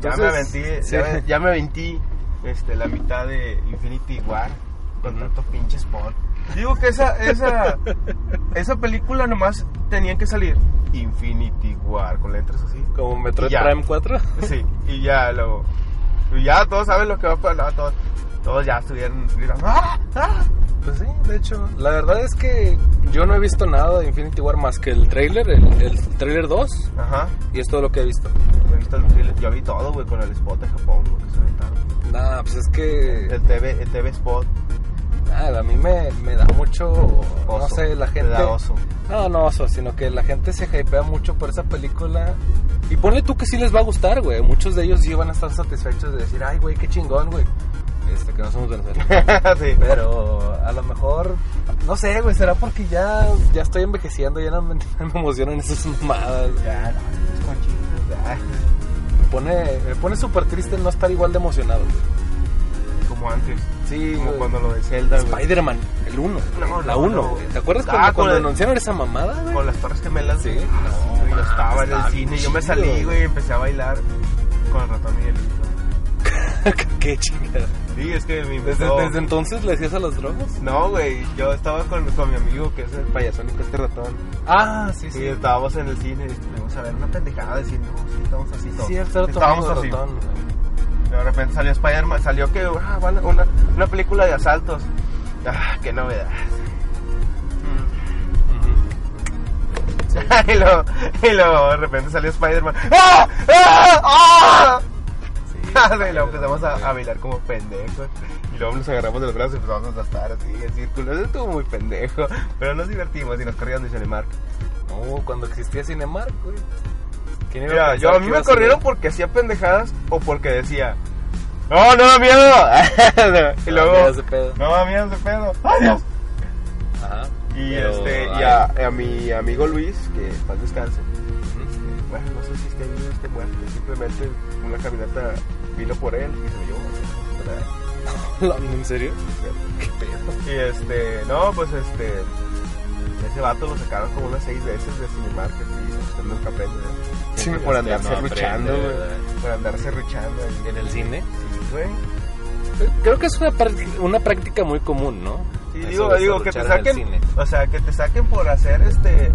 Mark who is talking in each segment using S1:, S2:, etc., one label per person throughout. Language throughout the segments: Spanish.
S1: ya me aventé,
S2: sí.
S1: ya, me- ya me aventé, este, la mitad de Infinity War con tanto pinche spawn. Digo que esa, esa, esa película nomás tenían que salir Infinity War con letras así.
S2: Como Metroid
S1: Ya.
S2: Prime 4.
S1: Sí, y ya lo. Y ya todos saben lo que va a pasar, todos, todos ya estuvieron gritando. ¡Ah! ¡Ah!
S2: Pues sí, de hecho, la verdad es que yo no he visto nada de Infinity War más que el trailer, el, el trailer 2,
S1: Ajá.
S2: y es todo lo que he visto.
S1: Yo he visto el thriller, yo vi todo, güey, con el spot de Japón, güey, que se aventaron.
S2: Nah, pues es que
S1: El TV, el TV spot,
S2: nada, a mí me, me da mucho, no
S1: oso.
S2: sé, la
S1: Te
S2: gente...
S1: da oso.
S2: No, no oso, sino que la gente se hypea mucho por esa película. Y ponle tú que sí les va a gustar, güey. Muchos de ellos sí van a estar satisfechos de decir, ay, güey, qué chingón, güey. Este, que no somos venezolanos.
S1: sí.
S2: Pero a lo mejor, no sé, güey, será porque ya, ya estoy envejeciendo, ya no me, no me emocionan esas mamadas.
S1: Ya, no, es conchito, ya.
S2: Me pone, me pone súper triste no estar igual de emocionado. güey.
S1: Como antes.
S2: Sí,
S1: Como
S2: güey.
S1: cuando lo de Zelda, güey.
S2: Spider-Man, el 1,
S1: No,
S2: la
S1: no,
S2: 1,
S1: no.
S2: ¿te acuerdas
S1: Ah,
S2: cuando,
S1: con
S2: cuando
S1: el-
S2: anunciaron esa mamada, güey?
S1: Con las torres gemelas.
S2: Sí.
S1: güey. No, güey, yo estaba en el
S2: Estaba bien
S1: cine, yo me
S2: chido,
S1: salí,
S2: güey.
S1: güey, y empecé a bailar con el ratón Miguelito.
S2: Qué chingada.
S1: Sí, es que mi
S2: Desde,
S1: no.
S2: desde entonces le hacías a las drogas.
S1: No, güey, yo estaba con, con mi amigo que es el payasónico este ratón.
S2: Ah,
S1: Sí, estábamos en el cine y estuvimos a ver una pendejada diciendo, no, sí, estamos así. todos".
S2: Cierto, era tu
S1: estábamos
S2: amigo
S1: así.
S2: Rotón, güey.
S1: De repente salió Spider-Man, salió que ah, van a- una, una película de asaltos. Ah, qué novedad. y, luego, y luego de repente salió Spider-Man. ¡Ah! ¡Ah! ¡Ah!
S2: Sí,
S1: y luego empezamos a, a bailar como pendejos. Y luego nos agarramos de los brazos y empezamos a saltar así en círculo. Eso estuvo muy pendejo. Pero nos divertimos y nos corrieron de Cinemark.
S2: No, cuando existía Cinemark, güey. ¿Quién iba
S1: Mira, yo
S2: pensar
S1: a
S2: que
S1: mí
S2: iba
S1: me
S2: ser-
S1: corrieron porque hacía pendejadas o porque decía, ¡No, no da miedo! y
S2: No,
S1: luego,
S2: mira ese pedo.
S1: ¡No da miedo ese pedo! ¡Ay, Dios!
S2: Ajá.
S1: Y,
S2: Pero,
S1: este, y
S2: ay,
S1: a, a mi amigo Luis, que en paz descanse,
S2: ujú.
S1: bueno, no sé si esté vivo o esté muerto, simplemente una caminata vino por él y se lo llevó. o sea, para-
S2: ¿En serio? Qué pedo.
S1: Y este, no, pues este, ese vato lo sacaron como unas seis veces de Cinemark, y usted nunca aprende. este, ¿no?
S2: Sí,
S1: por
S2: usted
S1: andarse
S2: no aprende,
S1: ruchando, güey,
S2: ¿verdad?
S1: por andarse ruchando. ahí.
S2: ¿En el cine?
S1: Sí, güey.
S2: Creo que es una, práct- una práctica muy común, ¿no?
S1: Sí,
S2: Eso
S1: digo,
S2: de
S1: digo que te
S2: cerruchar en el
S1: saquen, o sea, que te saquen por hacer este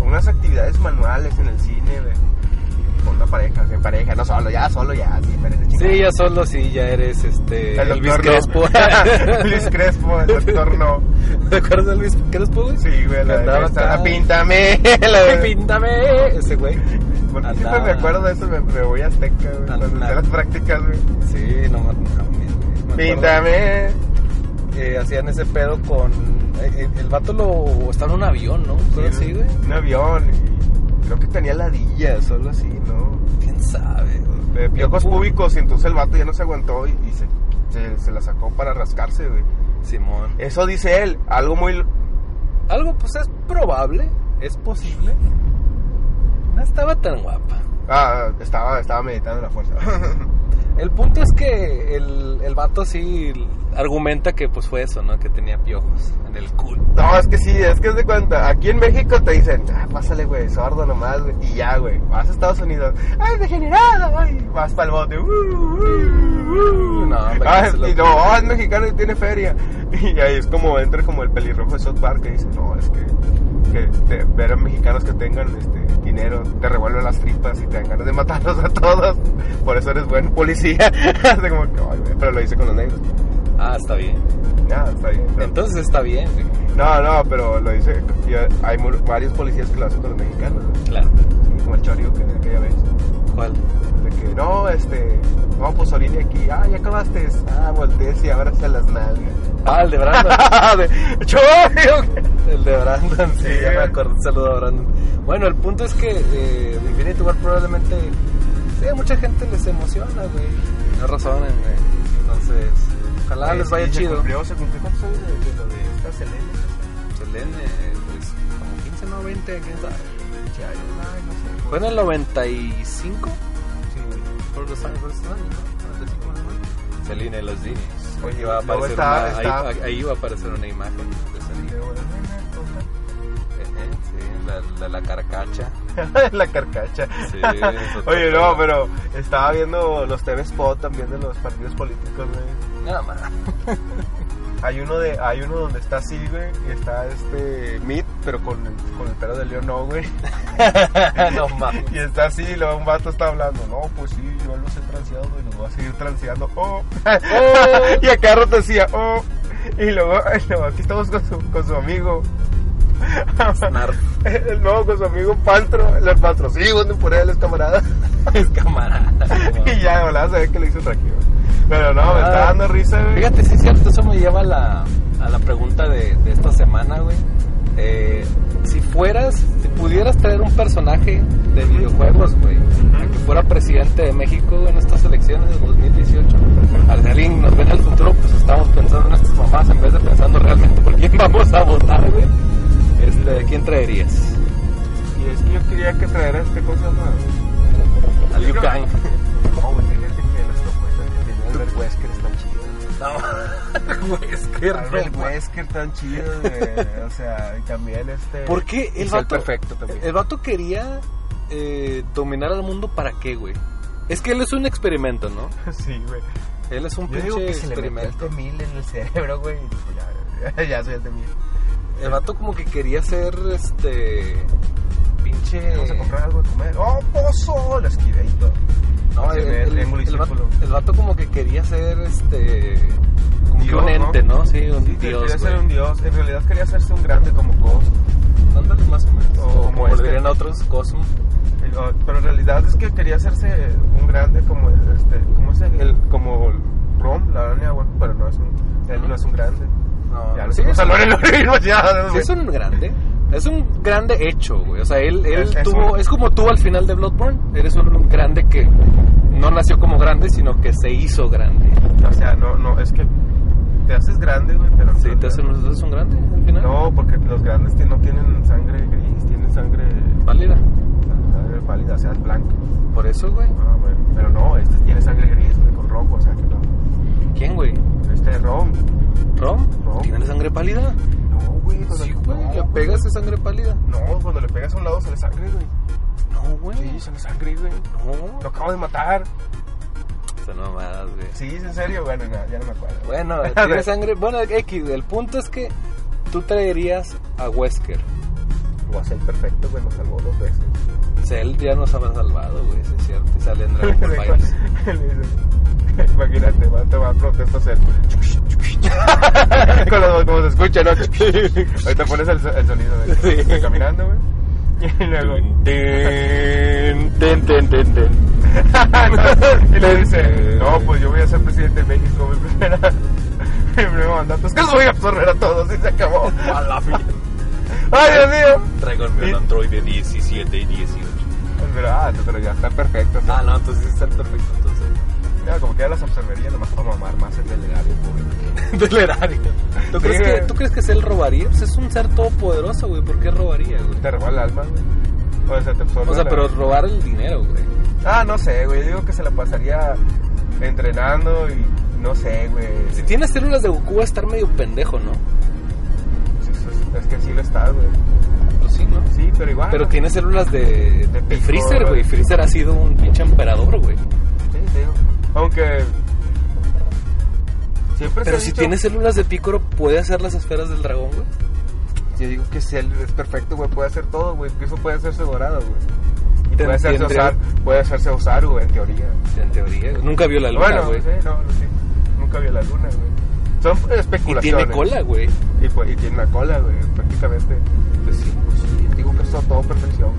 S1: unas actividades manuales en el cine, güey. Con una pareja, en pareja, no solo, ya solo, ya, sí, parece
S2: cine. Sí,
S1: chingada.
S2: ya solo sí, ya eres este.
S1: El
S2: Elvis
S1: doctor
S2: Crespo.
S1: no. Luis Crespo, el doctor no.
S2: ¿Te acuerdas de Luis Crespo, güey?
S1: Sí, güey, la
S2: Andaba
S1: de esta,
S2: acá.
S1: píntame. La
S2: Ay,
S1: de,
S2: Píntame ese güey.
S1: porque siempre
S2: Andaba.
S1: me acuerdo de eso, me, me voy a Azteca, güey, cuando
S2: Andaba.
S1: hacía las prácticas, güey.
S2: Sí, no más. No, mames, güey. Me acuerdo.
S1: Píntame.
S2: Eh, hacían ese pedo con. eh, eh, el vato lo. Estaba en un avión, ¿no? Todo así, güey.
S1: Un avión, y creo que tenía ladillas, solo así, ¿no?
S2: ¿Quién sabe, güey?
S1: de piojos públicos y entonces el vato ya no se aguantó y, y se, se, se la sacó para rascarse, güey.
S2: Simón.
S1: Eso dice él, algo muy...
S2: Algo, pues es probable, es posible. No estaba tan guapa.
S1: Ah, estaba, estaba meditando la fuerza.
S2: El punto es que el, el vato sí argumenta que pues fue eso, ¿no? Que tenía piojos en el culo.
S1: no, es que sí, es que es de cuenta. Aquí en México te dicen, ah, pásale, güey, sordo nomás, güey. Y ya, güey, vas a Estados Unidos. ¡Ay, degenerado! Ay, vas para el bote. ¡Uh, uh, uh!
S2: No, hombre,
S1: Ah,
S2: que se lo-
S1: y no, "Oh, es mexicano y tiene feria. Y ahí es como entra como el pelirrojo de South Park que dice, no, es que, que te- ver a mexicanos que tengan este, dinero te revuelven las tripas y te dan ganas de matarlos a todos. Por eso eres buen policía. Así como que, "Ay, güey", pero lo dice con los negros.
S2: Ah, está bien.
S1: Ya, está bien. pero-
S2: Entonces está bien, güey.
S1: no, no, pero lo dice, ya hay mu- varios policías que lo hacen con los mexicanos. ¿no?
S2: Claro.
S1: Como el chorio que de aquella vez.
S2: ¿Cuál?
S1: De que, no, este, no, pues orine aquí. Ah, ya acabaste. Ah, voltees y abraza las nalgas.
S2: Ah, el de Brandon.
S1: de Chorio.
S2: el de Brandon, sí,
S1: Sí,
S2: ya me
S1: güey.
S2: acuerdo. Un saludo a Brandon. Bueno, el punto es que eh, Infinity War probablemente Sí, a mucha gente les emociona, güey. No razonen, güey. Entonces, ojalá
S1: Oye,
S2: les vaya
S1: sí, se
S2: chido.
S1: Cumplió, se cumplió cuántos años de, de lo de esta Selena.
S2: Selene, pues, como 15, no, 20, quién sabe.
S1: Ya, yo, ay, no sé.
S2: Fue en el 95,
S1: Sí,
S2: por los años, por los años, ¿no? 95 más o menos. Selena y los Dinis.
S1: Oye,
S2: Ahí va a
S1: luego
S2: aparecer
S1: está-
S2: una, ahí-
S1: está-
S2: ahí, va a aparecer una imagen de
S1: sí,
S2: Selena.
S1: de buena manera,
S2: Ejé, sí, la, la, la carcacha.
S1: total. la carcacha.
S2: Sí, eso
S1: Oye,
S2: está-
S1: no, pero estaba viendo los TV Spot también de los partidos políticos, güey.
S2: Nada más.
S1: Hay uno, de, hay uno donde está así, güey, y está este Meat, pero con el, con el pelo de León, no, güey.
S2: no mames.
S1: Y está así, y luego un vato está hablando, no, pues sí, yo los he transeado y los voy a seguir transeando, oh. y a cada rato decía, oh. Y luego, ay, no, aquí estamos con su, con su amigo.
S2: Snarf.
S1: no, con su amigo Pantro, el Pantro, sí, bueno, por él, es camarada.
S2: Es camarada.
S1: y ya, de volada, se ve que le hizo tranquilo. Pero no, me está
S2: Ah.
S1: dando risa, güey.
S2: Fíjate, sí es cierto, eso me lleva a la, a la pregunta de, de esta semana, güey. Eh, si fueras, si pudieras traer un personaje de videojuegos, güey, que fuera presidente de México en estas elecciones de 2018, al que alguien nos ve en el futuro, pues estamos pensando en nuestras mamás en vez de pensando realmente por quién vamos a votar, güey. Este, ¿Quién traerías?
S1: Y es que yo quería que traer este cosa más.
S2: Al Liu Kang.
S1: No, güey, fíjate que las propuestas que tiene Albert Wesker están chidas.
S2: No, güey, es que
S1: Albert
S2: pues,
S1: Wesker tan chido, güey. O sea, y también este.
S2: Porque
S1: y
S2: el
S1: ser
S2: vato,
S1: perfecto también.
S2: El vato quería eh, dominar al mundo para qué, güey. Es que él es un experimento, ¿no?
S1: sí, güey.
S2: Él es un
S1: Yo
S2: pinche
S1: digo que se le metió el
S2: experimento.
S1: temil en el cerebro, güey. y dijo, Ya, ya soy el temil.
S2: Eh. El vato como que quería ser este pinche
S1: Vamos a comprar algo de comer. ¡Oh, pozo! Lo esquivé y todo.
S2: No,
S1: Se
S2: el,
S1: ve
S2: el-
S1: triángulo y
S2: el vato,
S1: círculo.
S2: el vato como que quería ser este como que
S1: Dios,
S2: un
S1: ¿no?
S2: ente, ¿no? Sí, un
S1: Sí, que
S2: dios.
S1: quería ser
S2: güey.
S1: un dios. En realidad quería hacerse un grande como Cos.
S2: Ándale, más o menos.
S1: O
S2: O
S1: como
S2: como le
S1: este.
S2: dirían a otros, Cosmo.
S1: Pero pero en realidad es que quería hacerse un grande como el, este. ¿Cómo es el? el- como el Rom, la araña, güey. Pero no es un. Él no es un grande.
S2: No,
S1: Ya
S2: no
S1: lo
S2: sé.
S1: hicimos a Lorena Olivos, ya,
S2: Sí,
S1: güey.
S2: Ah, es un grande. Es un grande hecho, güey. O sea, él, él
S1: Es- es
S2: tuvo.
S1: un-
S2: Es como tú al final de Bloodborne. Eres un grande que no nació como grande, sino que se hizo grande.
S1: O sea, no, no, es que te haces grande, güey, pero...
S2: Sí, te hace un, te hace un grande al final.
S1: No, porque los grandes ti- no tienen sangre gris, tienen sangre,
S2: Válida.
S1: sangre pálida, o sea, es blanco.
S2: Por eso, güey.
S1: Ah, güey, Pero no, este tiene sangre gris, güey, con rojo, o sea, que no.
S2: ¿Quién, güey?
S1: Este es rom.
S2: ¿Rom?
S1: Rom.
S2: ¿Tiene la sangre pálida?
S1: No, güey, cuando
S2: Sí,
S1: le-
S2: güey.
S1: no,
S2: Le pegas de sangre pálida.
S1: No, cuando le pegas a un lado sale sangre, güey.
S2: No, güey.
S1: Sí, sale sangre, güey.
S2: No.
S1: Lo acabo de matar.
S2: Son mamadas, güey.
S1: Sí, es en serio, bueno, no, ya no me acuerdo.
S2: Bueno, tiene sangre. Bueno, X, el punto es que tú traerías a Wesker.
S1: Voy a ser perfecto, güey, me salvó dos veces.
S2: Cell ya nos habrá salvado, güey, sí es cierto. Y sale en Dragon Ball Fighters.
S1: Imagínate, va, te va a protestar hacer. Con los- como se escucha, ¿no? Ahorita pones el, so- el sonido de, de caminando, güey. Y luego. y le dice: No, pues yo voy a ser presidente de México. Mi, primera, mi primer mandato es que los voy a absorber a todos. Y se acabó.
S2: A la fi-
S1: ¡Ay, Dios mío!
S2: Traigo el Android de 17 y 18.
S1: Pero, ah, pero ya está perfecto. o sea,
S2: Ah, no, entonces está el perfecto, entonces.
S1: ya, como que ya las absorbería nomás para mamar más el delegado, pobre.
S2: Del erario. ¿Tú,
S1: Sí,
S2: crees
S1: güey.
S2: que, ¿Tú crees que Cell robaría? Pues es un ser todopoderoso, güey. ¿Por qué robaría, güey?
S1: Te roba el alma, güey. O sea, te absorbe.
S2: O sea,
S1: la-
S2: pero robar el dinero, güey.
S1: Ah, no sé, güey. Yo digo que se la pasaría entrenando y no sé, güey.
S2: Si tienes células de Goku, va a estar medio pendejo, ¿no?
S1: Es, es- es que sí lo está, güey.
S2: Pues sí, ¿no?
S1: Sí, pero igual.
S2: Pero tiene células de, de
S1: pico,
S2: Freezer,
S1: güey.
S2: güey. Freezer ha sido un pinche emperador, güey.
S1: Sí, te digo. Aunque. Siempre se
S2: Pero
S1: ha
S2: si
S1: dicho-
S2: tiene células de Picoro, ¿puede hacer las esferas del dragón, güey?
S1: Yo digo que si él es perfecto, güey. Puede hacer todo, güey. Incluso puede hacerse dorado, güey. Y
S2: Te
S1: puede hacerse,
S2: entiendo.
S1: osar, puede hacerse Osaru, güey, en teoría.
S2: En teoría, güey. Nunca vio la luna,
S1: bueno,
S2: güey.
S1: sí, no, sí. Nunca vi a la luna, güey. Son
S2: y
S1: especulaciones.
S2: tiene cola, güey.
S1: Y, pues, y tiene una cola, güey, prácticamente. Pues sí, pues sí, digo que está todo perfección.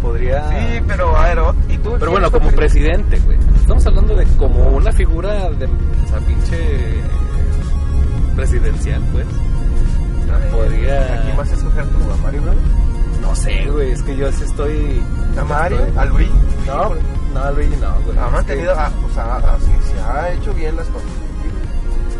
S2: Podría.
S1: Sí, pero a ver, o- ¿y tú?
S2: Ah. Pero bueno, como
S1: presidente
S2: presidente, güey. Estamos hablando de como una figura de o sea, pinche presidencial, pues.
S1: Ah,
S2: podría-
S1: ¿A quién vas a escoger tú? ¿A Mario Bros?
S2: No sé, güey, es que yo sí estoy...
S1: ¿A
S2: Yo
S1: Mario?
S2: estoy-
S1: ¿A Luis?
S2: No, No, Luigi, no, güey.
S1: Ha
S2: Es
S1: mantenido,
S2: que-
S1: ah, o sea, así se ha hecho bien las cosas.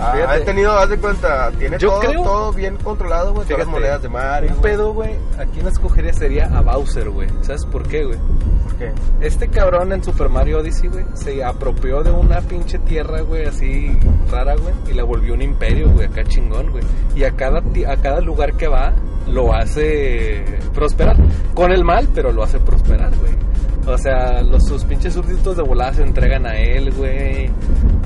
S1: Ah,
S2: Fíjate.
S1: ha tenido, haz de cuenta, tiene
S2: Yo
S1: todo,
S2: creo-
S1: todo bien controlado, güey. Todas las
S2: Fíjate,
S1: monedas de Mario.
S2: Un pedo, güey. ¿A quién escogería sería a Bowser, güey? ¿Sabes por qué, güey?
S1: ¿Por qué?
S2: Este cabrón en Super Mario Odyssey, güey, se apropió de una pinche tierra, güey, así rara, güey, y la volvió un imperio, güey, acá chingón, güey. Y a cada, ti- a cada lugar que va, lo hace prosperar. Con el mal, pero lo hace prosperar, güey. O sea, los, sus pinches súbditos de volada se entregan a él, güey.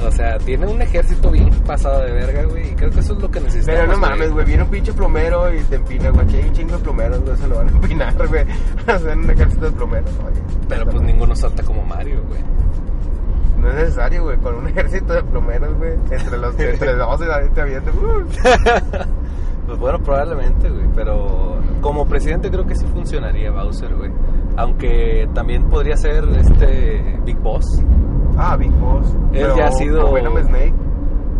S2: O sea, tiene un ejército bien pasado de verga, güey, y creo que eso es lo que necesitamos.
S1: Pero no
S2: güey.
S1: mames, güey, viene un pinche plomero y te empina, güey. Aquí hay un chingo de plomeros, güey, se lo van a empinar, güey. Hacen un ejército de plomeros, oye.
S2: Pero pues ninguno salta como Mario, güey.
S1: No es necesario, güey, con un ejército de plomeros, güey. Entre los entre dos y la gente viendo, uh.
S2: Pues bueno, probablemente, güey. Pero como presidente creo que sí funcionaría Bowser, güey. Aunque también podría ser este Big Boss.
S1: Ah, Big Boss. Pero
S2: ya ha sido-
S1: con Venom Snake.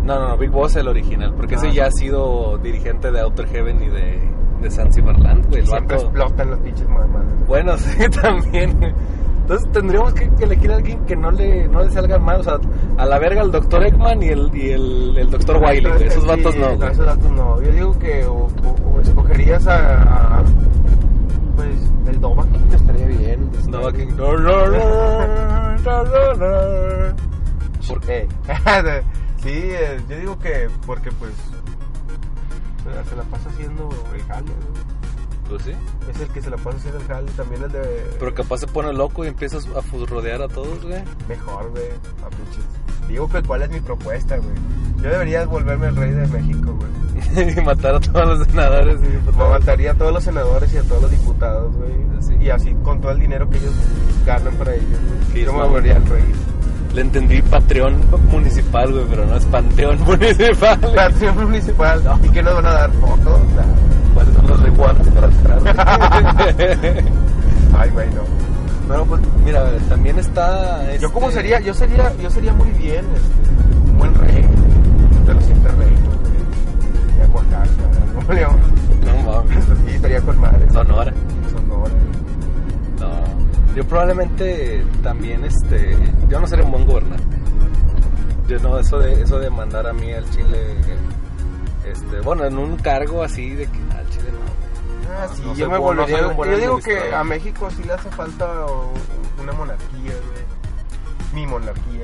S2: No, no, no, Big Boss el original. Porque
S1: Ah.
S2: ese ya ha sido dirigente de Outer Heaven y de, de Zanzibarland, güey. el
S1: Siempre
S2: vato.
S1: explotan los pinches mamadas.
S2: Bueno, sí, también. güey. Entonces tendríamos que que elegir a alguien que no le, no le salga mal. O sea, a la verga el Dr. Eggman y el, y el, el Dr. Wily, güey. Esos
S1: Sí,
S2: vatos no, güey.
S1: Esos vatos no. Yo digo que o, o- o escogerías a, a- Pues el Dovahkiin estaría bien.
S2: No, aquí- no, no, no, no, no, no.
S1: ¿Por qué? sí, eh, yo digo que porque pues se se la pasa haciendo el jale. ¿no?
S2: Pues sí.
S1: Es el que se la pasa haciendo el jale. También el de...
S2: Pero capaz se pone loco y empiezas a rodear a todos, güey.
S1: Mejor, güey. a pinches. Digo que cuál es mi propuesta, güey. Yo debería volverme el rey de México, güey.
S2: y matar a todos los senadores. Y pues,
S1: Me
S2: diputados.
S1: mataría a todos los senadores y a todos los diputados, güey.
S2: Sí.
S1: Y así con todo el dinero que ellos ganan para ellos, güey.
S2: Sí,
S1: Yo
S2: es
S1: me
S2: una
S1: volvería el rey.
S2: Le entendí Patreon municipal, güey, pero no es Panteón municipal.
S1: Patria municipal. ¿Y qué nos van a dar fotos? Nah.
S2: ¿Cuáles son los recuerdos para atrás? güey?
S1: Ay, güey, no.
S2: Pero pues, mira, a ver, también está.
S1: Yo
S2: este,
S1: cómo sería, yo sería, yo sería muy bien, este, un buen rey. De los siete reinos, güey. De Oaxaca, ¿cómo le llaman?
S2: No mames.
S1: Sí, estaría con madre.
S2: Sonora.
S1: Sonora.
S2: No. Yo probablemente también, este. Yo no sería un buen gobernante. Yo no, eso de, eso de mandar a mí al Chile. Este, bueno, en un cargo así de que al Chile no.
S1: Ah, sí,
S2: No soy
S1: yo me
S2: bu- no
S1: volvería.
S2: soy un buen
S1: yo digo que
S2: administrador.
S1: a México sí le hace falta o, una monarquía, güey. Mi monarquía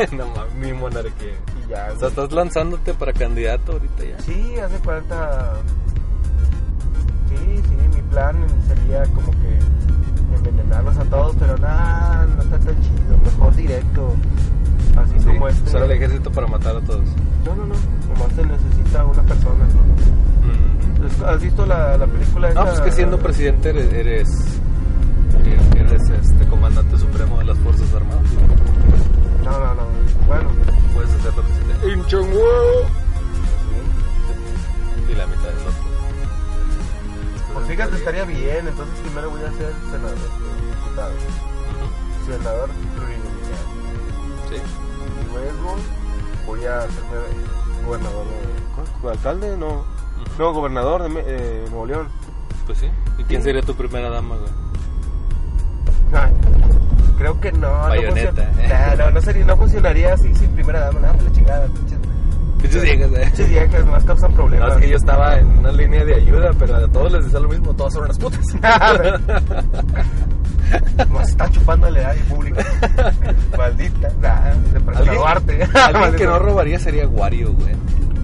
S1: y ya.
S2: no mames, mi monarquía.
S1: Y ya,
S2: O sea,
S1: güey.
S2: estás lanzándote para candidato ahorita ya.
S1: Sí, hace falta. Sí, sí, mi plan sería como que envenenarlos a todos, pero nada, no está tan chido. Mejor directo. Así
S2: Sí,
S1: como este.
S2: usar al ejército para matar a todos.
S1: No, no, no. Nomás se necesita una persona, ¿no? ¿Has visto la, la película
S2: No,
S1: esta?
S2: pues que siendo presidente eres, eres, eres, este comandante supremo de las Fuerzas Armadas.
S1: No, no, no. Bueno,
S2: Puedes hacer lo que se te...
S1: sí.
S2: Y la mitad del otro.
S1: Pues fíjate, estaría bien. Entonces primero voy a ser senador, eh, diputado,
S2: Ujú,
S1: senador plurinominal.
S2: Sí.
S1: Y luego voy a hacerme gobernador. de- ¿Cu- ¿Alcalde? No. No, gobernador de Me- eh, Nuevo León.
S2: Pues sí. ¿Y quién sería tu primera dama, güey?
S1: Ay, creo que no.
S2: Bayoneta.
S1: No, funciona- Nah, no, no, sería, no funcionaría así sin primera dama. Nada, pues la chingada. Pinches
S2: Pinches viejas, eh.
S1: pinches viejas, más causan
S2: No,
S1: problemas.
S2: es que yo estaba en una línea de ayuda, pero a todos les decía lo mismo, todos son unas putas.
S1: Nos está chupando la edad del público. Maldita. Nah, de persona
S2: Alguien-
S1: Duarte.
S2: Alguien que
S1: Maldita.
S2: no robaría sería Wario, güey.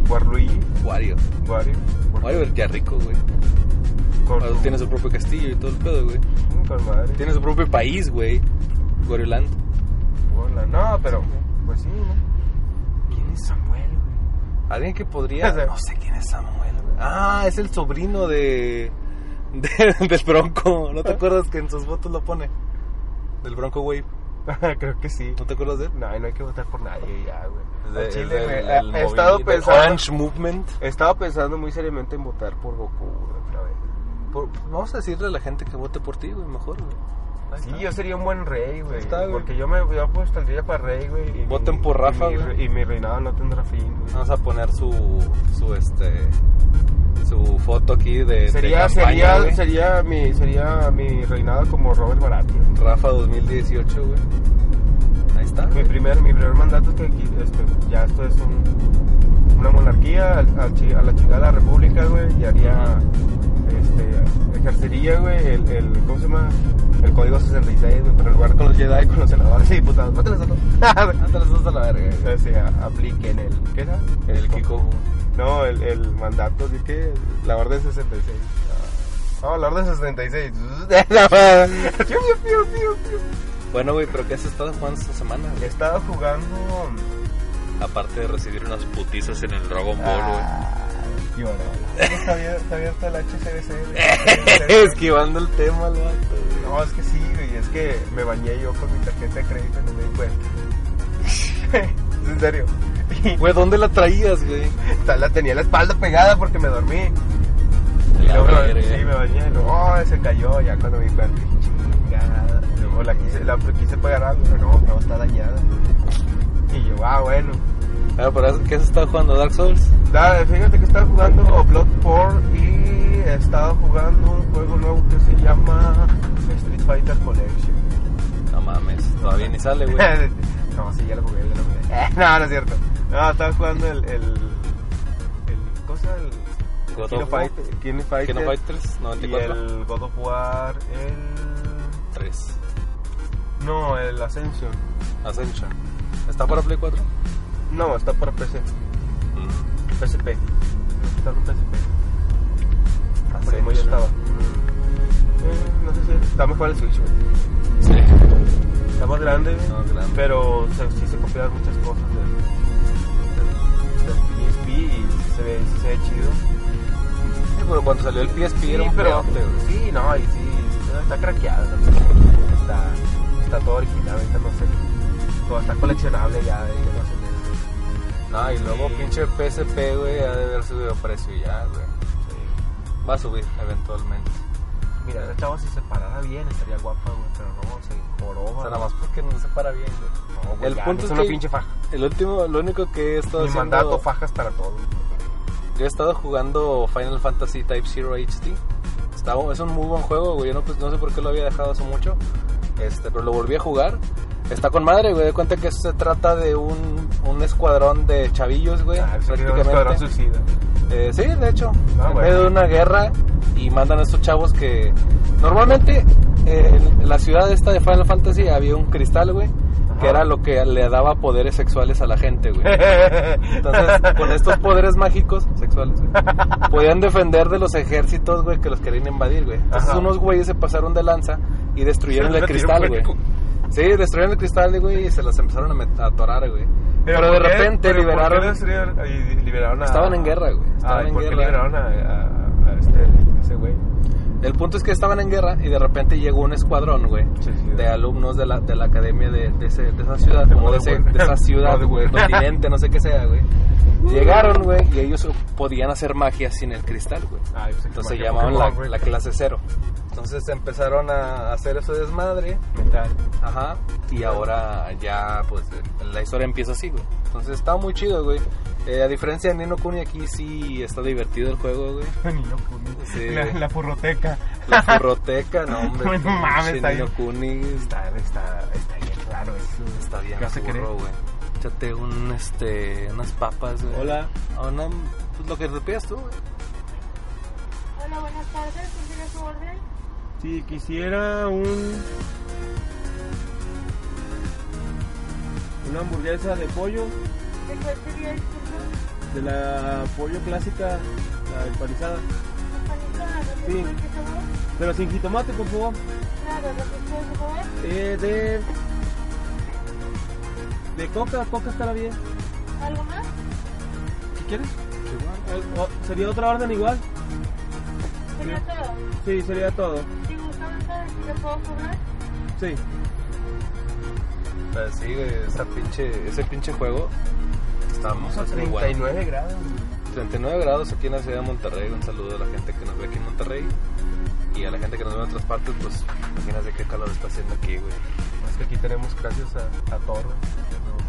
S1: Guarluigi.
S2: Wario.
S1: Wario.
S2: Wario ya rico, güey.
S1: Con
S2: Wario Tiene su propio castillo y todo el pedo, güey.
S1: Con madre.
S2: Tiene su propio país, güey. Wario Land.
S1: Hola. No, pero. Pues sí, ¿no? ¿Quién es Samuel, güey?
S2: Alguien que podría.
S1: Ese.
S2: No sé quién es Samuel, güey. Ah, es el sobrino de. de- del Bronco.
S1: Eh.
S2: ¿No te acuerdas que en sus fotos lo pone? Del Bronco Wave.
S1: Creo que sí.
S2: ¿No te acuerdas de él?
S1: No, no hay que votar por nadie ya, güey. Al
S2: De-
S1: Chile,
S2: del-
S1: güey,
S2: del
S1: he- he,
S2: movi-
S1: estado
S2: del
S1: pensando,
S2: Orange Movement.
S1: he estado pensando muy seriamente en votar por Goku, güey, otra vez.
S2: Por- vamos a decirle a la gente que vote por ti, güey. Mejor, güey. Ahí
S1: Sí,
S2: está.
S1: yo sería un buen rey, güey.
S2: Está, güey.
S1: Porque yo me yo apostaría para rey, güey. y
S2: Voten
S1: mi-
S2: por Rafa,
S1: y mi,
S2: güey.
S1: re- Y mi reinado no tendrá fin, güey.
S2: Vamos a poner su. su este. su foto aquí de, de
S1: Sería,
S2: campaña,
S1: sería,
S2: güey.
S1: sería, mi, sería mi reinado como Robert Baratio.
S2: Rafa 2018, güey. Ahí está.
S1: Mi primer, mi primer mandato es que aquí, este, ya esto es un- una monarquía, al- al chi- a, la chingada la república, güey, y haría, este, ejercería, güey, el, el, ¿cómo se llama? El código 66, güey, pero en lugar con los Jedi, con los senadores y diputados. Mátalos a todos.
S2: Ah, te las dos a la verga, güey.
S1: O sea, apliquen el, ¿qué era?
S2: El Kiko. güey.
S1: No, el, el mandato, ¿de qué? La orden 66. Ah, Ah, la orden 66. Piu, piu, piu, piu, piu.
S2: Bueno, güey, pero ¿qué has estado jugando esta semana? güey?
S1: Estaba jugando...
S3: Aparte de recibir unas putizas en el Dragon Ball, güey.
S1: Ah, Llora. Está abier- está abierto el HCBC.
S2: Esquivando el tema, al vato, güey.
S1: No, es que sí, güey. Es que me bañé yo con mi tarjeta de crédito y no me di cuenta. en serio.
S2: Güey, ¿dónde la traías, güey?
S1: Ta- La tenía la espalda pegada porque me dormí. Y
S2: La
S1: luego,
S2: verga.
S1: sí, me bañé. y luego, oh, se cayó ya cuando me di cuenta. Chingada. Luego la quise, la quise pagar algo, pero no, no, está dañada. Y yo, ah, bueno.
S2: Ah, pero ¿has- ¿qué has estado jugando? ¿Dark Souls?
S1: Da, fíjate que estaba jugando Bloodborne y he estado jugando un juego nuevo que se llama Street Fighter Collection.
S2: No mames, todavía ni sale, güey.
S1: no, sí, ya lo jugué, ya lo jugué. No, no es cierto. No, estaba jugando el. el, el ¿Cosa? El.
S2: God
S1: Kino
S2: of War.
S1: Fighter, Kino
S2: Kino
S1: Fighter
S2: Fighters
S1: y
S2: 94.
S1: el God of War, el.
S2: 3.
S1: No, el Ascension.
S2: Ascension. ¿Ah, ¿Está para Play 4?
S1: No, está para PC. Mm. PSP. Está para PSP. Por ahí ya estaba. Eh, no sé si está mejor el Switch, güey.
S2: Sí.
S1: Está más grande, güey,
S2: No, grande.
S1: pero se- sí se copiaron muchas cosas del, del PSP y sí se ve, sí se ve chido.
S2: Sí, pero cuando salió el PSP era un
S1: pero,
S2: pedote, güey.
S1: sí, no, y sí, está, está craqueado. ¿no? Está, está todo original, ahorita no sé. Todo está coleccionable ya, güey, ya no sé.
S2: No, y luego
S1: Sí.
S2: pinche PSP, güey, ha de haber subido precio ya, güey.
S1: Sí.
S2: Va a subir eventualmente.
S1: Eh, Mira, esa chava si se parara bien estaría guapa, güey, pero no, se joroba.
S2: O sea, nada más porque no se para bien, güey.
S1: No, güey,
S2: el
S1: ya,
S2: punto
S1: no
S2: es
S1: una
S2: que-
S1: pinche faja.
S2: El último, lo único que he estado
S1: Mi
S2: haciendo...
S1: mandato, fajas para todo.
S2: Yo he estado jugando Final Fantasy Type Zero HD. Está, es un muy buen juego, güey. Yo no, pues, no sé por qué lo había dejado hace mucho. Este, pero lo volví a jugar. Está con madre, güey. De cuenta que se trata de un, un escuadrón de chavillos, güey.
S1: Ah, ese es un escuadrón
S2: prácticamente.
S1: suicida.
S2: Eh, sí, de hecho.
S1: Ah,
S2: en
S1: bueno.
S2: medio de una guerra y mandan a estos chavos que. Normalmente, eh, en la ciudad esta de Final Fantasy había un cristal, güey. Que
S1: Ajá.
S2: era lo que le daba poderes sexuales a la gente, güey. Entonces, con estos poderes mágicos sexuales, güey, podían defender de los ejércitos, güey, que los querían invadir, güey. Entonces,
S1: Ajá.
S2: unos güeyes se pasaron de lanza y destruyeron
S1: Se
S2: el
S1: les metió
S2: cristal,
S1: un
S2: güey.
S1: hueco.
S2: Sí, destruyeron el cristal, güey, y se los empezaron a, met- a atorar, güey. Pero, de
S1: ¿por qué-
S2: repente
S1: pero por qué
S2: liberaron.
S1: destruyeron- y liberaron a-
S2: Estaban en guerra, güey. Estaban
S1: Ah, ¿y
S2: en
S1: por qué
S2: guerra.
S1: liberaron a, a- a este, a ese güey?
S2: El punto es que estaban en guerra y de repente llegó un escuadrón, güey,
S1: Sí, sí,
S2: de
S1: sí.
S2: acalumnos de la, de la academia de, de ese- de esa ciudad,
S1: De
S2: como de, ese-
S1: Modern
S2: de esa
S1: Warfare.
S2: ciudad,
S1: Modern
S2: güey,
S1: Warfare.
S2: continente, no sé qué sea, güey. Llegaron, güey, y ellos podían hacer magia sin el cristal, güey.
S1: Ah, yo pensé que
S2: Entonces
S1: magia
S2: llamaban
S1: Pokémon,
S2: la,
S1: güey.
S2: la clase cero. Entonces empezaron a hacer ese desmadre,
S1: Metal.
S2: ajá, y ahora ya, pues, la historia empieza así, güey. Entonces está muy chido, güey. Eh, a diferencia de Nino Kuni, aquí sí está divertido el juego, güey.
S1: Niño Kuni.
S2: Sí.
S1: La, la furroteca.
S2: La furroteca, no, hombre.
S1: No mames, está
S2: Shinino
S1: bien.
S2: Kuni
S1: Está, está, está bien raro eso.
S2: está bien
S1: ¿Qué hace
S2: furro, güey. Échate un, este, unas papas, güey.
S1: Hola.
S2: A una, pues lo que te pidas tú, güey.
S4: Hola, buenas tardes. ¿Quién su orden?
S1: Si quisiera un... Una hamburguesa de pollo,
S4: ¿De cuál sería el turno?
S1: de la pollo clásica, la empanizada.
S4: ¿Panizada? ¿Dónde
S1: Sí.
S4: sí. el que se mueve?
S1: Pero sin jitomate, por favor.
S4: Claro, ¿dónde puede se mueve?
S1: Eh, de... De coca, coca estará bien.
S4: ¿Algo más?
S1: Si quieres. Eh, o- ¿Sería otra orden igual?
S4: Sería todo.
S1: Sí, sería todo.
S4: Si gustan saber si le puedo cobrar.
S1: Sí.
S2: Pues sí, güey, esa pinche, ese pinche juego. Estamos a 39.
S1: grados.
S2: 39 grados aquí en la ciudad de Monterrey. Un saludo a la gente que nos ve aquí en Monterrey. Y a la gente que nos ve en otras partes, pues imagínate qué calor está haciendo aquí, güey.
S1: Es que aquí tenemos pues gracias a, a Torre.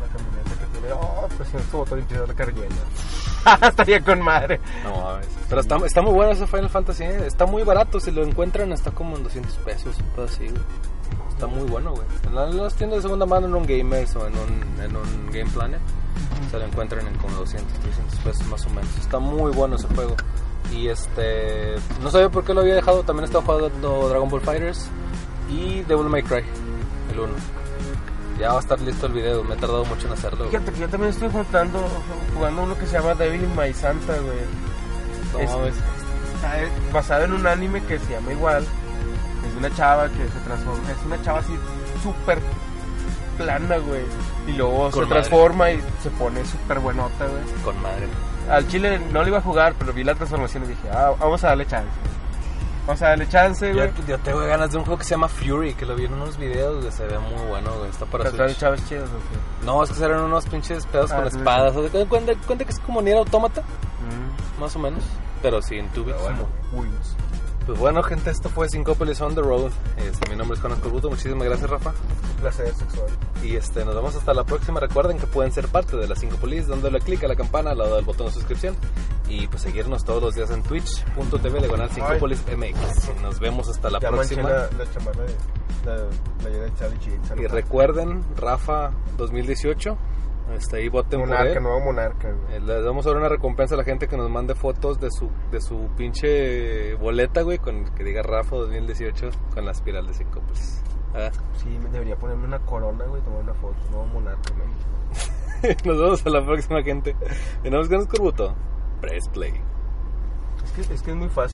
S1: La camioneta que tiene. Oh, presiona su botón y empieza a dar carguera. Estaría con madre.
S2: No mames. Pero está, está muy bueno ese Final Fantasy, ¿eh? Está muy barato. Si lo encuentran, está como en 200 pesos. un pedo así, güey. Está muy bueno, güey. En la- en las tiendas de segunda mano, en un Gamers o en un, en un Game Planet, se lo encuentran en como 200, 300 pesos más o menos. Está muy bueno ese juego. Y este. No sabía por qué lo había dejado. También estaba jugando Dragon Ball Fighters y Devil May Cry, el 1. Ya va a estar listo el video. Me he tardado mucho en hacerlo. güey.
S1: Fíjate que yo también estoy juntando, jugando uno que se llama Devil May Santa, güey.
S2: No
S1: es-
S2: mames.
S1: Está eh, basado en un anime que se llama igual. Es una chava que se transforma. Es una chava así súper plana, güey. Y luego se
S2: Con madre.
S1: transforma y se pone súper buenota, güey.
S2: Con madre.
S1: Al chile no lo iba a jugar, pero vi la transformación y dije, ah, vamos a darle chance. Vamos a darle chance,
S2: Yo,
S1: güey.
S2: yo tengo ganas de un juego que se llama Fury, que lo vi en unos videos, güey, se ve muy bueno, güey. Está para
S1: Transforman
S2: Switch.
S1: chavas chidas, güey.
S2: No, es que serán unos pinches pedos
S1: Ah,
S2: con
S1: sí.
S2: espadas. O sea, cu- cuenta, cuenta que es como Nier Automata, más o menos. Pero sí, en tu bits.
S1: Mm. Uy,
S2: Pues bueno, gente, esto fue Sincopolis on the Road. Este, mi nombre es Juan Escorbuto. Muchísimas gracias, Rafa.
S1: placer sexual.
S2: Y este, nos vemos hasta la próxima. Recuerden que pueden ser parte de la Sincopolis dándole clic a la campana al lado del botón de suscripción. Y pues seguirnos todos los días en twitch.tv de ganar Sincopolis MX. Nos vemos hasta la
S1: Ya
S2: próxima.
S1: manché la, la chamarra de la playera de Charlie Sheen. se lo
S2: Y
S1: paso.
S2: recuerden, Rafa 2018, está este, ahí voten por
S1: Monarca,
S2: él.
S1: nuevo monarca, güey.
S2: Eh, Les damos ahora una recompensa a la gente que nos mande fotos de su de su pinche boleta, güey, con que diga Rafa 2018 con la espiral de cinco pues. Ah,
S1: Sí, me debería ponerme una corona, güey, tomar una foto. Nuevo monarca, México.
S2: nos vemos a la próxima, gente. Tenemos ganas Corbuto. Press play.
S1: Es que, es que es muy fácil.